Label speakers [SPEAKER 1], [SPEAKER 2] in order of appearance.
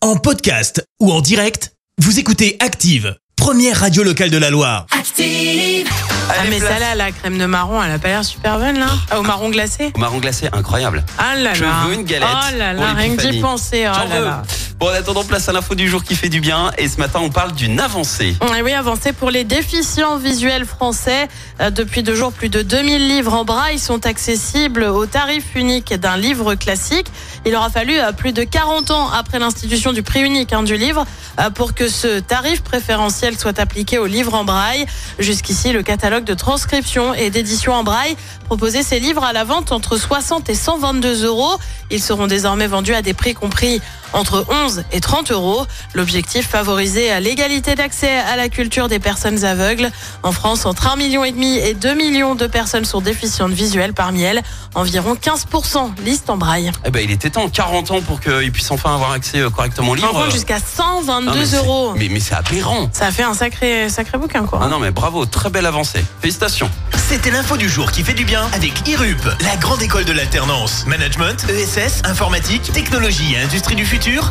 [SPEAKER 1] En podcast ou en direct, vous écoutez Active, première radio locale de la Loire.
[SPEAKER 2] Active.
[SPEAKER 3] Ah mais celle-là, la crème de marron, elle a pas l'air super bonne là Ah, Au marron glacé
[SPEAKER 4] Au marron glacé, incroyable.
[SPEAKER 3] Ah là là
[SPEAKER 4] Je veux une galette
[SPEAKER 3] Oh là
[SPEAKER 4] pour
[SPEAKER 3] là, rien que
[SPEAKER 4] l'épiphanie.
[SPEAKER 3] d'y penser, oh
[SPEAKER 4] J'en
[SPEAKER 3] là
[SPEAKER 4] veux.
[SPEAKER 3] là
[SPEAKER 4] Bon, en attendant, place à l'info du jour qui fait du bien. Et ce matin, on parle d'une avancée.
[SPEAKER 3] Et oui, avancé pour les déficients visuels français. Euh, Depuis deux jours, plus de 2000 livres en braille sont accessibles au tarif unique d'un livre classique. Il aura fallu euh, plus de 40 ans après l'institution du prix unique hein, du livre euh, pour que ce tarif préférentiel soit appliqué aux livres en braille. Jusqu'ici, le catalogue de transcription et d'édition en braille proposait ces livres à la vente entre 60 et 122 euros. Ils seront désormais vendus à des prix compris entre 11 et 30 euros. L'objectif, favoriser à l'égalité d'accès à la culture des personnes aveugles. En France, entre 1,5 million et 2 millions de personnes sont déficientes visuelles. Parmi elles, environ 15% listent en braille.
[SPEAKER 4] Eh ben, il était temps, 40 ans, pour qu'ils puissent enfin avoir accès euh, correctement au livre.
[SPEAKER 3] Par contre, jusqu'à
[SPEAKER 4] Non, mais
[SPEAKER 3] 122
[SPEAKER 4] c'est-
[SPEAKER 3] euros.
[SPEAKER 4] Mais, mais c'est aberrant.
[SPEAKER 3] Ça fait un sacré, sacré bouquin, quoi.
[SPEAKER 4] Ah non, mais bravo, très belle avancée. Félicitations.
[SPEAKER 1] C'était l'info du jour qui fait du bien avec IRUP, la grande école de l'alternance. Management, ESS, informatique, technologie et industrie du futur,